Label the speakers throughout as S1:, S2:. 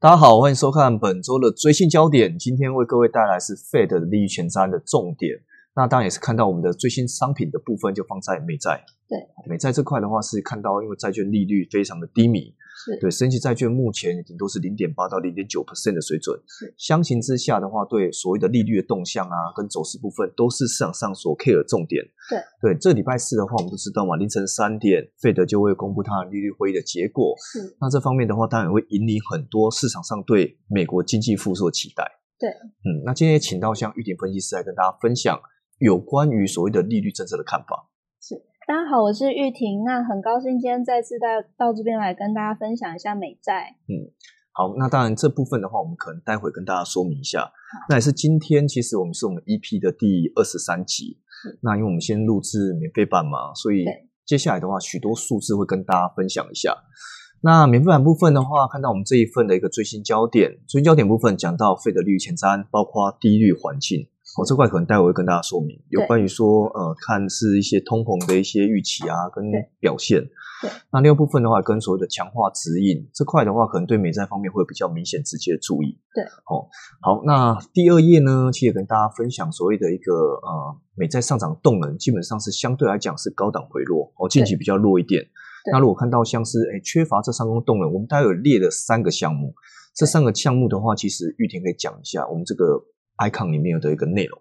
S1: 大家好，欢迎收看本周的追星焦点。今天为各位带来是 Fed 的利率前瞻的重点。那当然也是看到我们的最新商品的部分就放在美债。
S2: 对，
S1: 美债这块的话是看到，因为债券利率非常的低迷，
S2: 是
S1: 对，升级债券目前顶多是零点八到零点九 percent 的水准
S2: 是。
S1: 相形之下的话，对所谓的利率的动向啊，跟走势部分都是市场上所 care 的重点。对，这礼拜四的话，我们都知道嘛，凌晨三点，费德就会公布它的利率会议的结果。
S2: 是
S1: 那这方面的话，当然会引领很多市场上对美国经济复苏的期待。
S2: 对
S1: 嗯，那今天也请到像玉鼎分析师来跟大家分享有关于所谓的利率政策的看法。
S2: 大家好，我是玉婷，那很高兴今天再次到到这边来跟大家分享一下美债。
S1: 好，那当然这部分的话，我们可能待会跟大家说明一下。那也是今天，其实我们是我们 EP 的第二十三集。那因为我们先录制免费版嘛，所以
S2: 对
S1: 接下来的话，许多数字会跟大家分享一下。那免费版部分的话，看到我们这一份的一个最新焦点，最新焦点部分讲到费的利率前瞻，包括低率环境。我、这块可能待会会跟大家说明，有
S2: 对
S1: 关于说呃，看是一些通膨的一些预期啊，跟
S2: 对
S1: 表现。那另外部分的话，跟所谓的强化指引这块的话，可能对美债方面会有比较明显直接的注意。
S2: 对，
S1: 哦，好，那第二页呢，其实也跟大家分享所谓的一个呃，美债上涨动能基本上是相对来讲是高档回落，哦，近期比较弱一点。那如果看到像是诶缺乏这上攻动能，我们大概有列了三个项目，这三个项目的话，其实玉婷可以讲一下我们这个 icon 里面有的一个内容。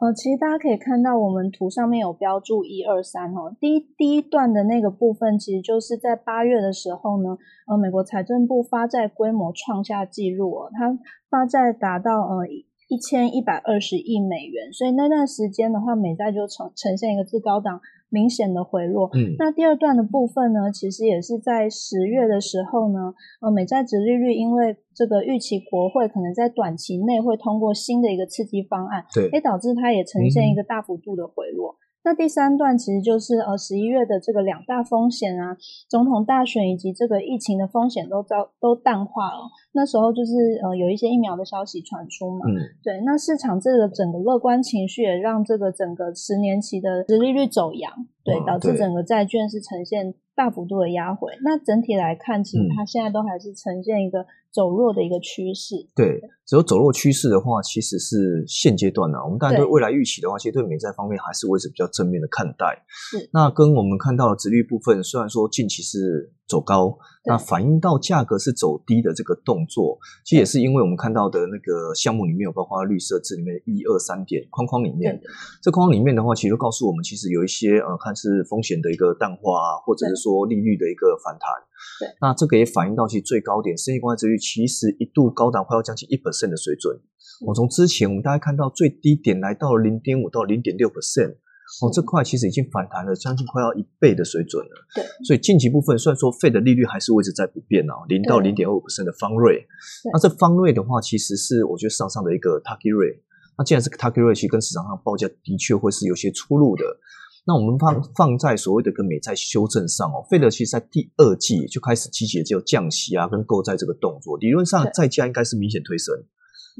S2: 呃，其实大家可以看到我们图上面有标注一二三哦，第一第一段的那个部分，其实就是在八月的时候呢，呃，美国财政部发债规模创下纪录哦，它发债达到呃一千一百二十亿美元，所以那段时间的话，美债就呈呈现一个自高档明显的回落。
S1: 嗯，
S2: 那第二段的部分呢，其实也是在十月的时候呢，呃，美债值利率因为这个预期国会可能在短期内会通过新的一个刺激方案，
S1: 对
S2: 也导致它也呈现一个大幅度的回落。那第三段其实就是呃十一月的这个两大风险啊，总统大选以及这个疫情的风险都遭都淡化了。那时候就是呃有一些疫苗的消息传出嘛，
S1: 嗯，
S2: 对，那市场这个整个乐观情绪也让这个整个十年期的殖利率走扬，对
S1: 嗯，
S2: 导致
S1: 对
S2: 整个债券是呈现大幅度的压回。那整体来看，
S1: 嗯
S2: 其实它现在都还是呈现一个走弱的一个趋势。
S1: 对，只有走弱趋势的话，其实是现阶段呢、啊我们当然对
S2: 对
S1: 未来预期的话，其实对美债方面还是维持比较正面的看待
S2: 是。
S1: 那跟我们看到的殖率部分，虽然说近期是走高，那反映到价格是走低的这个动作，其实也是因为我们看到的那个项目里面有包括绿色字里面一二三点框框里面
S2: 对，
S1: 这框里面的话，其实就告诉我们，其实有一些呃，看似风险的一个淡化啊，或者是说利率的一个反弹。
S2: 对，
S1: 那这个也反映到其实最高点，世界观值率其实一度高达快要将近一 percent 的水准。我、从之前我们大家看到最低点来到零点五到零点六 percent，哦，这块其实已经反弹了将近快要一倍的水准了。
S2: 对，
S1: 所以近期部分虽然说费的利率还是维持在不变啊，零到零
S2: 对
S1: 点二五 percent 的方瑞，那这方瑞的话，其实是我觉得市场上的一个 t a k i rate。那既然是 t a k i rate，其实跟市场上报价的确会是有些出入的。那我们放放在所谓的跟美债修正上哦，费德其实在第二季就开始积极地就降息啊，跟购债这个动作，理论上
S2: 对嗯
S1: 债价应该是明显推升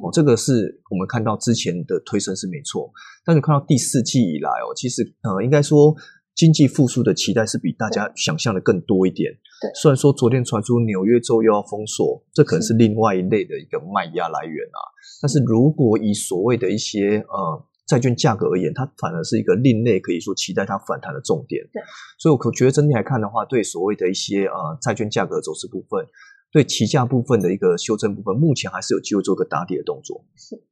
S1: 哦，这个是我们看到之前的推升是没错，但是看到第四季以来哦，其实呃应该说经济复苏的期待是比大家想象的更多一点。
S2: 对
S1: 虽然说昨天传出纽约州又要封锁，这可能是
S2: 是
S1: 另外一类的一个卖压来源啊，但是如果以所谓的一些呃债券价格而言，它反而是一个另类可以说期待它反弹的重点。
S2: 对，
S1: 所以我可觉得整体来看的话，对所谓的一些呃债券价格走势部分，对期价部分的一个修正部分，目前还是有机会做个打底的动作。
S2: 是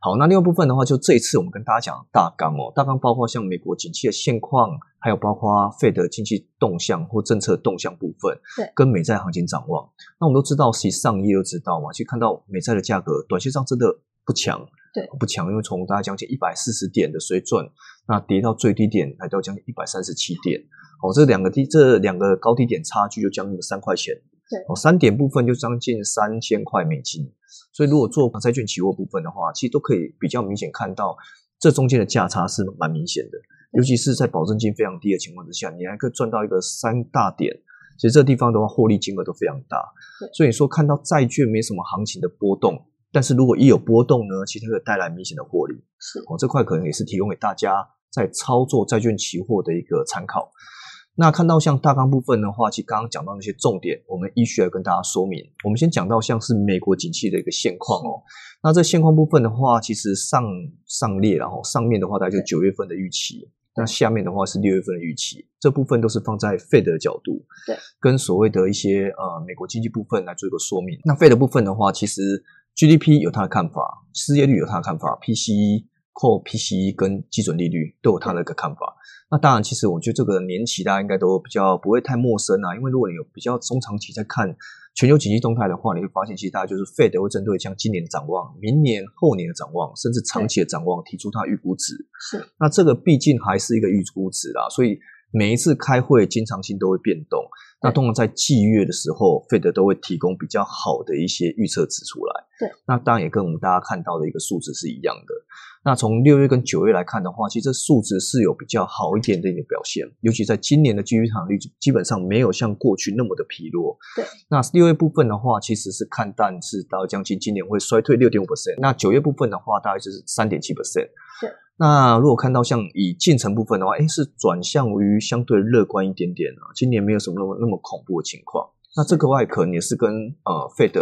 S1: 好，那另外部分的话，就这一次我们跟大家讲的大纲哦，大纲包括像美国景气的现况，还有包括 Fed 的经济动向或政策动向部分，
S2: 对
S1: 跟美债行情展望。那我们都知道，其实上一页都知道嘛，其实看到美债的价格短线上真的不强，
S2: 对，
S1: 不强，因为从大概将近一百四十点的水准，那跌到最低点来到将近一百三十七点，哦，这两个低这两个高低点差距就将近三块钱，
S2: 对
S1: 哦，三点部分就将近三千块美金，所以如果做债券期货部分的话，其实都可以比较明显看到这中间的价差是蛮明显的，尤其是在保证金非常低的情况之下，你还可以赚到一个三大点。其实这地方的话，获利金额都非常大
S2: 对，
S1: 所以说看到债券没什么行情的波动，但是如果一有波动呢，其实它会带来明显的获利。
S2: 是
S1: 哦，这块可能也是提供给大家在操作债券期货的一个参考。那看到像大纲部分的话，其实刚刚讲到那些重点，我们依序来跟大家说明。我们先讲到像是美国景气的一个现况哦。那这现况部分的话，其实上上列然后上面的话大概就九月份的预期，那下面的话是六月份的预期，这部分都是放在 Fed 的角度，
S2: 对，
S1: 跟所谓的一些呃美国经济部分来做一个说明。那 Fed 的部分的话，其实 GDP 有它的看法，失业率有它的看法，PCE。扣 PCE 跟基准利率都有他的一个看法。那当然，其实我觉得这个年期大家应该都比较不会太陌生啊，因为如果你有比较中长期在看全球经济动态的话，你会发现其实大家就是 Fed 会针对像今年的展望、明年、后年的展望，甚至长期的展望提出它预估值。
S2: 是
S1: 那这个毕竟还是一个预估值啦，所以每一次开会经常性都会变动。那通常在季月的时候，Fed 都会提供比较好的一些预测值出来。
S2: 对，
S1: 那当然也跟我们大家看到的一个数值是一样的。那从六月跟九月来看的话，其实这数值是有比较好一点的一个表现，尤其在今年的基场率基本上没有像过去那么的疲弱。
S2: 对，
S1: 那六月部分的话，其实是看淡是到将近今年会衰退六点五 percent，那九月部分的话，大概就是三点七 percent。那如果看到像以进程部分的话，诶，是转向于相对乐观一点点啊，今年没有什么那么那么恐怖的情况。那这个外可能也是跟呃 Fed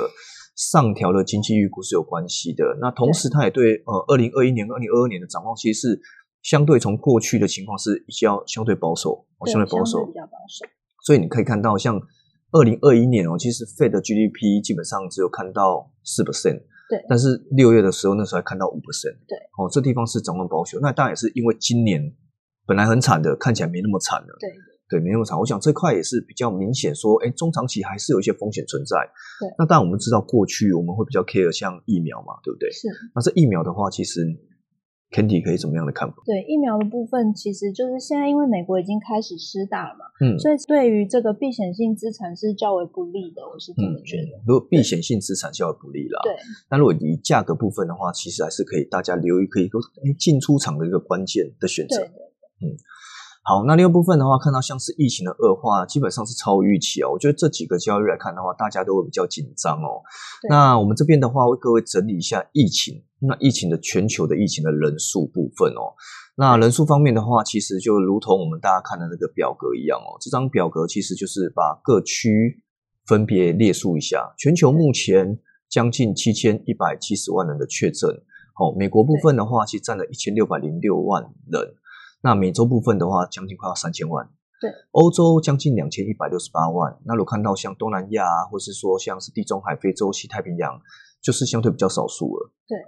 S1: 上调的经济预估是有关系的。那同时，它也对呃二零二一年、二零二二年的展望其实是相对从过去的情况是比较相对保守，哦，
S2: 对
S1: 相对保
S2: 相
S1: 守
S2: 比。较保守，
S1: 所以你可以看到，像二零二一年哦，其实 Fed 的 GDP 基本上只有看到四 percent，
S2: 对
S1: 但是六月的时候，那时候还看到五 percent，
S2: 对，
S1: 哦，这地方是展望保守。那当然也是因为今年本来很惨的，看起来没那么惨了，
S2: 对
S1: 对，没那么惨。我想这块也是比较明显说，哎，中长期还是有一些风险存在。
S2: 对
S1: 那当然我们知道过去我们会比较 care 像疫苗嘛，对不对？
S2: 是。
S1: 那这疫苗的话，其实 Candy 可以怎么样的看法？
S2: 对疫苗的部分，其实就是现在因为美国已经开始施打了嘛，
S1: 嗯。
S2: 所以对于这个避险性资产是较为不利的，我是这
S1: 嗯
S2: 么觉得。，
S1: 如果避险性资产效而不利啦，
S2: 对，
S1: 那如果以价格部分的话，其实还是可以大家留意，可以说哎进出场的一个关键的选择嗯
S2: 对。
S1: 好，那另外部分的话，看到像是疫情的恶化，基本上是超预期哦。我觉得这几个交易日来看的话，大家都会比较紧张哦。
S2: 对
S1: 那我们这边的话，为各位整理一下疫情，那疫情的全球的疫情的人数部分哦。那人数方面的话，其实就如同我们大家看的那个表格一样哦。这张表格其实就是把各区分别列述一下，全球目前将近七千一百七十万人的确诊。哦，美国部分的话，其实占了一千六百零六万人。那美洲部分的话，将近快要三千万。
S2: 对，
S1: 欧洲将近两千一百六十八万。那如果看到像东南亚啊，或是说像是地中海、非洲、西太平洋，就是相对比较少数了。
S2: 对，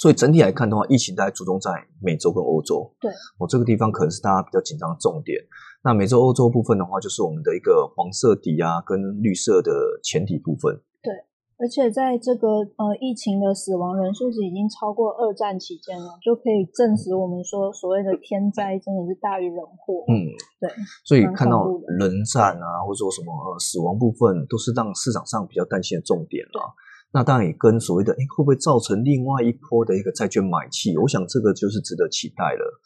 S1: 所以整体来看的话，疫情大概集中在美洲跟欧洲。
S2: 对，
S1: 我、这个地方可能是大家比较紧张的重点。那美洲、欧洲部分的话，就是我们的一个黄色底啊，跟绿色的前底部分。
S2: 而且在这个呃疫情的死亡人数是已经超过二战期间了，就可以证实我们说所谓的天灾真的是大于人祸。
S1: 嗯，
S2: 对，
S1: 所以
S2: 蛮
S1: 看到
S2: 恐怖的
S1: 人战啊，或者说什么呃死亡部分，都是让市场上比较担心的重点啦、那当然也跟所谓的哎会不会造成另外一波的一个债券买气，我想这个就是值得期待了。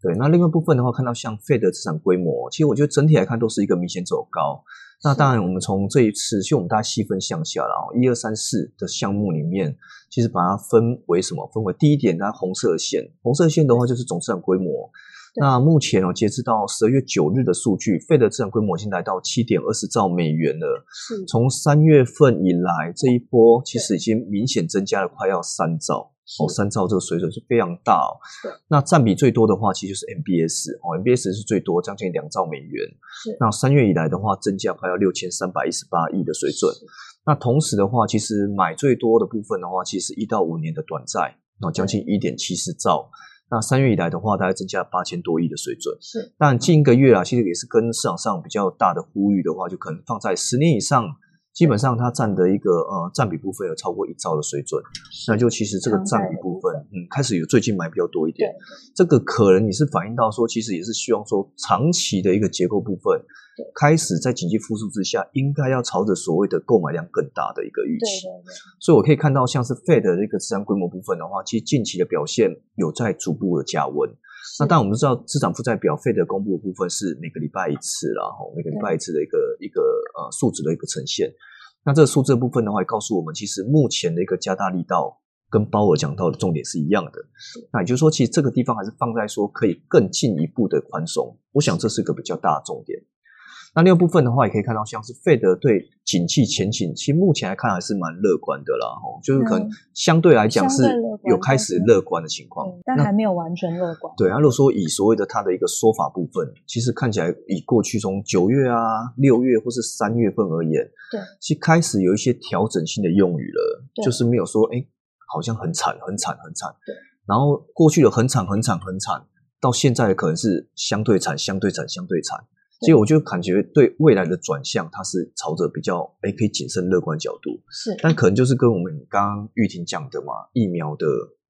S1: 对，那另外部分的话，看到像 Fed 的资产规模，其实我觉得整体来看都是一个明显走高。那当然，我们从这一次，其实我们大家细分项下了哦，一二三四的项目里面，其实把它分为什么？分为第一点，它红色线，红色线的话就是总资产规模。
S2: 对
S1: 那目前哦，截至到十二月九日的数据，Fed 的资产规模已经来到七点二十兆美元了。
S2: 是
S1: 从三月份以来，这一波其实已经明显增加了快要三兆。
S2: 是
S1: 哦，三兆这个水准是非常大哦
S2: 对。
S1: 那占比最多的话，其实就是 MBS 哦，MBS 是最多，将近两兆美元。
S2: 是
S1: 那三月以来的话，增加快要六千三百一十八亿的水准。
S2: 是
S1: 那同时的话，其实买最多的部分的话，其实一到五年的短债，那将近一点七四兆。那三月以来的话，大概增加八千多亿的水准。
S2: 是
S1: 但近一个月啊，其实也是跟市场上比较大的呼吁的话，就可能放在十年以上，基本上它占的一个呃占比部分有超过一兆的水准，那就其实这个占比部分，嗯，开始有最近买比较多一点
S2: 对，
S1: 这个可能也是反映到说，其实也是希望说长期的一个结构部分
S2: 对，
S1: 开始在经济复苏之下，应该要朝着所谓的购买量更大的一个预
S2: 对
S1: 期。
S2: 对对，
S1: 所以我可以看到，像是 Fed 的这个资产规模部分的话，其实近期的表现有在逐步的加温。那当然，我们知道资产负债表 Fed 公布的部分是每个礼拜一次啦，然后每个礼拜一次的一个一个呃数值的一个呈现。那这个数字的部分的话，也告诉我们，其实目前的一个加大力道跟鲍尔讲到的重点是一样的。那也就是说，其实这个地方还是放在说可以更进一步的宽松，我想这是个比较大的重点。那另外部分的话，也可以看到像是费德对景气前景，其实目前来看还是蛮乐观的啦，哦，就是可能相对来讲是
S2: 嗯相对乐观
S1: 有开始乐观的情况
S2: 嗯，但
S1: 那
S2: 还没有完全乐观。
S1: 对，那如果说以所谓的它的一个说法部分，其实看起来以过去从九月啊、六月或是三月份而言，
S2: 对，
S1: 其实开始有一些调整性的用语了，
S2: 对
S1: 就是没有说哎，诶好像很惨、很惨、很惨。
S2: 对，
S1: 然后过去的很惨、很惨、很惨，到现在的可能是相对惨、相对惨、相对惨。
S2: 对
S1: 所以我就感觉对未来的转向，它是朝着比较哎可以谨慎乐观的角度，
S2: 是，
S1: 但可能就是跟我们刚刚玉婷讲的嘛，疫苗的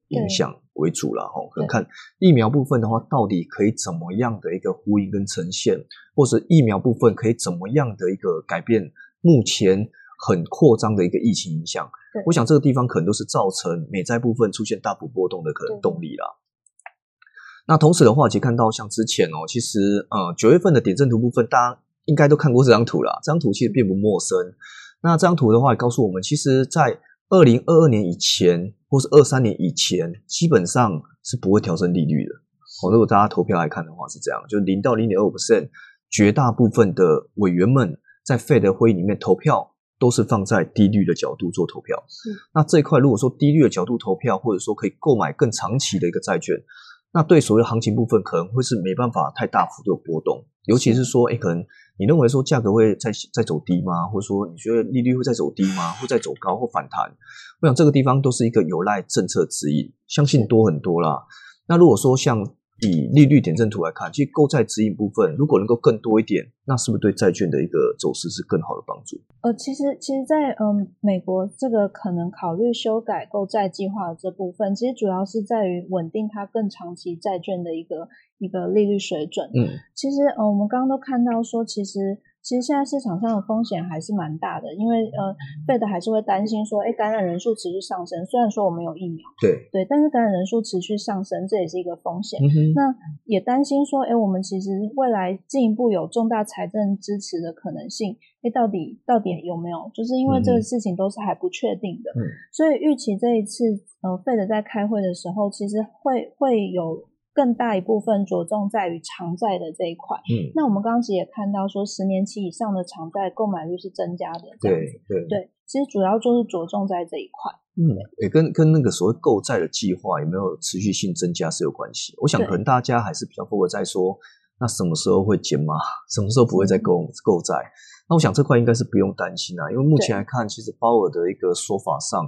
S1: 影响为主啦。吼。可能
S2: 对
S1: 看疫苗部分的话，到底可以怎么样的一个呼应跟呈现，或者疫苗部分可以怎么样的一个改变目前很扩张的一个疫情影响
S2: 对。
S1: 我想这个地方可能都是造成美债部分出现大幅波动的可能
S2: 对
S1: 动力啦。那同时的话，其实看到像之前哦，其实呃九月份的点阵图部分，大家应该都看过这张图啦。这张图其实并不陌生。那这张图的话，也告诉我们，其实，在二零二二年以前，或是二三年以前，基本上是不会调升利率的。哦，如果大家投票来看的话，是这样，就零到零点二五 percent，绝大部分的委员们在 Fed 会议里面投票，都是放在低率的角度做投票。那这一块如果说低率的角度投票，或者说可以购买更长期的一个债券，那对所谓的行情部分可能会是没办法太大幅度的波动，尤其是说，哎，可能你认为说价格会再再走低吗？或者说你觉得利率会再走低吗？会再走高或反弹？我想这个地方都是一个有赖政策指引，相信多很多啦。那如果说像以利率点阵图来看，其实购债指引部分如果能够更多一点，那是不是对债券的一个走势是更好的帮助？
S2: 呃，其实其实在，嗯美国这个可能考虑修改购债计划的这部分，其实主要是在于稳定它更长期债券的一个一个利率水准。
S1: 嗯，
S2: 其实呃，我们刚刚都看到说，其实其实现在市场上的风险还是蛮大的，因为呃，费的还是会担心说，哎，感染人数持续上升。虽然说我们有疫苗，
S1: 对，
S2: 对，但是感染人数持续上升，这也是一个风险。
S1: 嗯哼，
S2: 那也担心说，哎，我们其实未来进一步有重大财政支持的可能性，哎，到底到底有没有？就是因为这
S1: 嗯
S2: 个
S1: 哼
S2: 事情都是还不确定的，
S1: 嗯
S2: 所以预期这一次呃，费德在开会的时候，其实会会有更大一部分着重在于偿债的这一块。
S1: 嗯，
S2: 那我们刚刚其实也看到说，十年期以上的偿债购买率是增加的，这样子
S1: 对对
S2: 对，其实主要就是着重在这一块。
S1: 嗯，也跟跟那个所谓购债的计划有没有持续性增加是有关系。我想
S2: 对
S1: 可能大家还是比较 focus 在说，那什么时候会减码，什么时候不会再购购债。那我想这块应该是不用担心啊，因为目前来看，其实鲍尔的一个说法上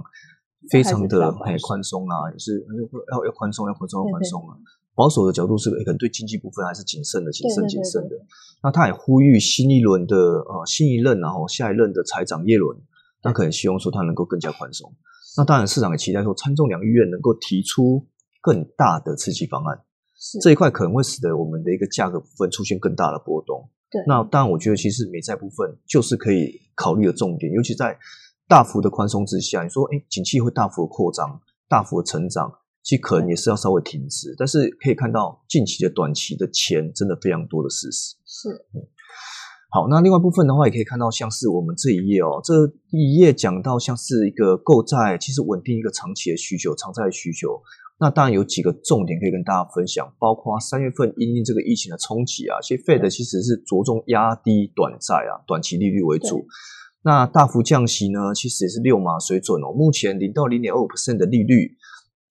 S1: 非常的
S2: 还是比较
S1: 哎
S2: 宽松
S1: 宽松啊，也是要要要宽松，要宽松，要
S2: 对
S1: 宽
S2: 对
S1: 松啊。保守的角度是哎可能对经济部分还是谨慎的，谨慎
S2: 对对
S1: 谨
S2: 对
S1: 慎
S2: 对
S1: 的。那他也呼吁新一轮的呃新一任然后下一任的财长耶伦，那可能希望说他能够更加宽松。那当然，市场也期待说参众两议院能够提出更大的刺激方案，
S2: 是
S1: 这一块可能会使得我们的一个价格部分出现更大的波动。
S2: 对
S1: 那当然，我觉得其实美债部分就是可以考虑的重点，尤其在大幅的宽松之下，你说哎，诶景气会大幅的扩张、大幅的成长，其实可能也是要稍微停止。但是可以看到，近期的短期的钱真的非常多的事实。
S2: 是
S1: 好，那另外部分的话，也可以看到像是我们这一页哦，这一页讲到像是一个购债，其实稳定一个长期的需求，长债的需求。那当然有几个重点可以跟大家分享，包括三月份因应这个疫情的冲击啊，其实 Fed 其实是着重压低短债啊，短期利率为主
S2: 对。
S1: 那大幅降息呢，其实也是六码水准哦。目前零到零点二五 percent 的利率，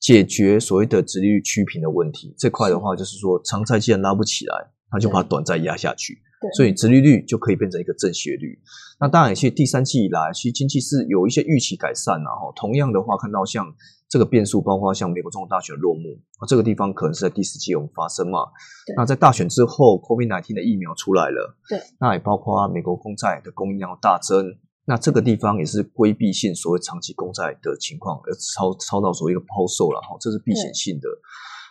S1: 解决所谓的直利率趋平的问题。这块的话，就是说长债既然拉不起来，那就把
S2: 对
S1: 短债压下去。
S2: 对，
S1: 所以殖利率就可以变成一个正斜率。那当然，其实第三季以来，其实经济是有一些预期改善然后同样的话，看到像这个变数，包括像美国总统大选落幕，啊这个地方可能是在第四季有发生嘛
S2: 对。
S1: 那在大选之后，COVID-19 的疫苗出来了，
S2: 对，
S1: 那也包括美国公债的供应量大增。那这个地方也是规避性所谓长期公债的情况，而超超到所谓的抛售了哈，这是避险性的。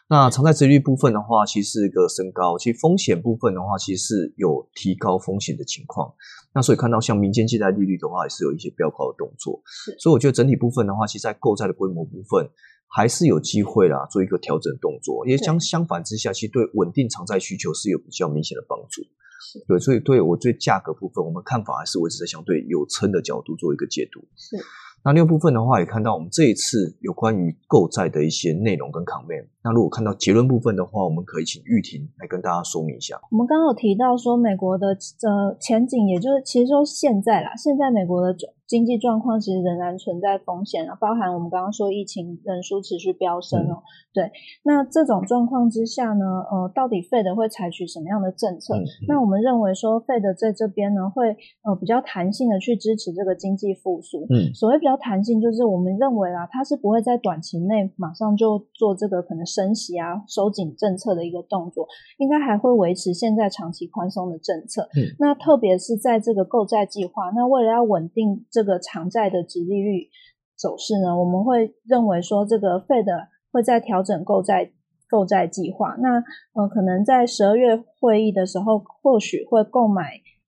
S1: 那常在殖利率部分的话，其实是一个升高；其实风险部分的话，其实是有提高风险的情况。那所以看到像民间借贷利率的话，也是有一些飙高的动作。
S2: 是
S1: 所以我觉得整体部分的话，其实在购债的规模部分还是有机会啦，做一个调整动作。因为相相反之下，其实对稳定偿债需求是有比较明显的帮助。对，所以对我对价格部分，我们看法还是维持在相对有撑的角度做一个解读。
S2: 是
S1: 那另外部分的话，也看到我们这一次有关于购债的一些内容跟 comment。那如果看到结论部分的话，我们可以请玉婷来跟大家说明一下。
S2: 我们刚刚有提到说，美国的呃前景，也就是其实说现在啦，现在美国的经济状况其实仍然存在风险啊，包含我们刚刚说疫情人数持续飙升哦、喔。嗯、对，那这种状况之下呢，呃，到底费的会采取什么样的政策？嗯嗯那我们认为说，费的在这边呢，会呃比较弹性的去支持这个经济复苏。嗯，所谓比较弹性，就是我们认为啦，它是不会在短期内马上就做这个可能。升息啊，收紧政策的一个动作，应该还会维持现在长期宽松的政策。嗯，那特别是在这个购债计划，那为了要稳定这个长债的殖利率走势呢，我们会认为说，这个 Fed 会在调整购债购债计划。那呃，可能在十二月会议的时候，或许会购买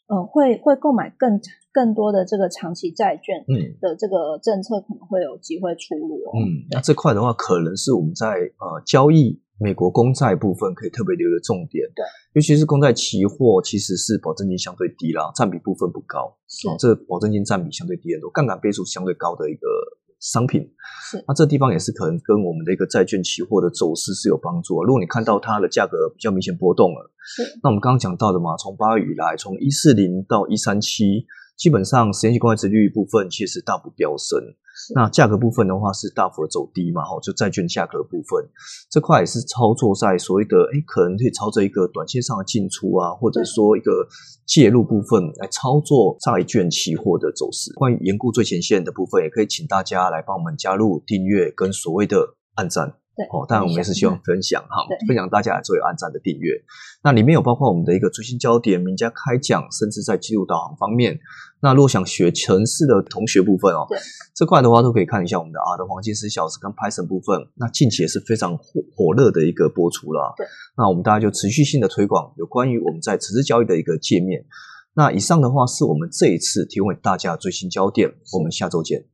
S2: 呃，会会购买更更多的这个长期债券的这个政策，可能会有机会出炉哦。
S1: 嗯，那这块的话，可能是我们在呃交易美国公债部分可以特别留的重点。
S2: 对，
S1: 尤其是公债期货，其实是保证金相对低啦，占比部分不高。
S2: 是、
S1: 哦，这保证金占比相对低很多，杠杆倍数相对高的一个商品。
S2: 是，
S1: 那这地方也是可能跟我们的一个债券期货的走势是有帮助、啊。如果你看到它的价格比较明显波动了，
S2: 是，
S1: 那我们刚刚讲到的嘛，从八月以来，从一四零到一三七。基本上，实验性公债殖率部分其实大幅飙升，那价格部分的话是大幅的走低嘛，吼，就债券价格部分这块也是操作在所谓的，哎，可能可以朝着一个短线上的进出啊，或者说一个介入部分来操作债券期货的走势。关于研固最前线的部分，也可以请大家来帮我们加入订阅跟所谓的按赞。
S2: 对
S1: 哦，当然我们也是希望分享哈，分享大家做有按赞的订阅。那里面有包括我们的一个最新焦点、名家开讲，甚至在记录导航方面。那如果想学城市的同学部分哦，这块的话都可以看一下我们的 R 的黄金十小时跟 Python 部分。那近期也是非常火火热的一个播出啊啦。
S2: 对，
S1: 那我们大家就持续性的推广有关于我们在城市交易的一个界面。那以上的话是我们这一次提供给大家最新焦点，我们下周见。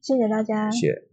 S2: 谢谢大家，
S1: 谢,谢。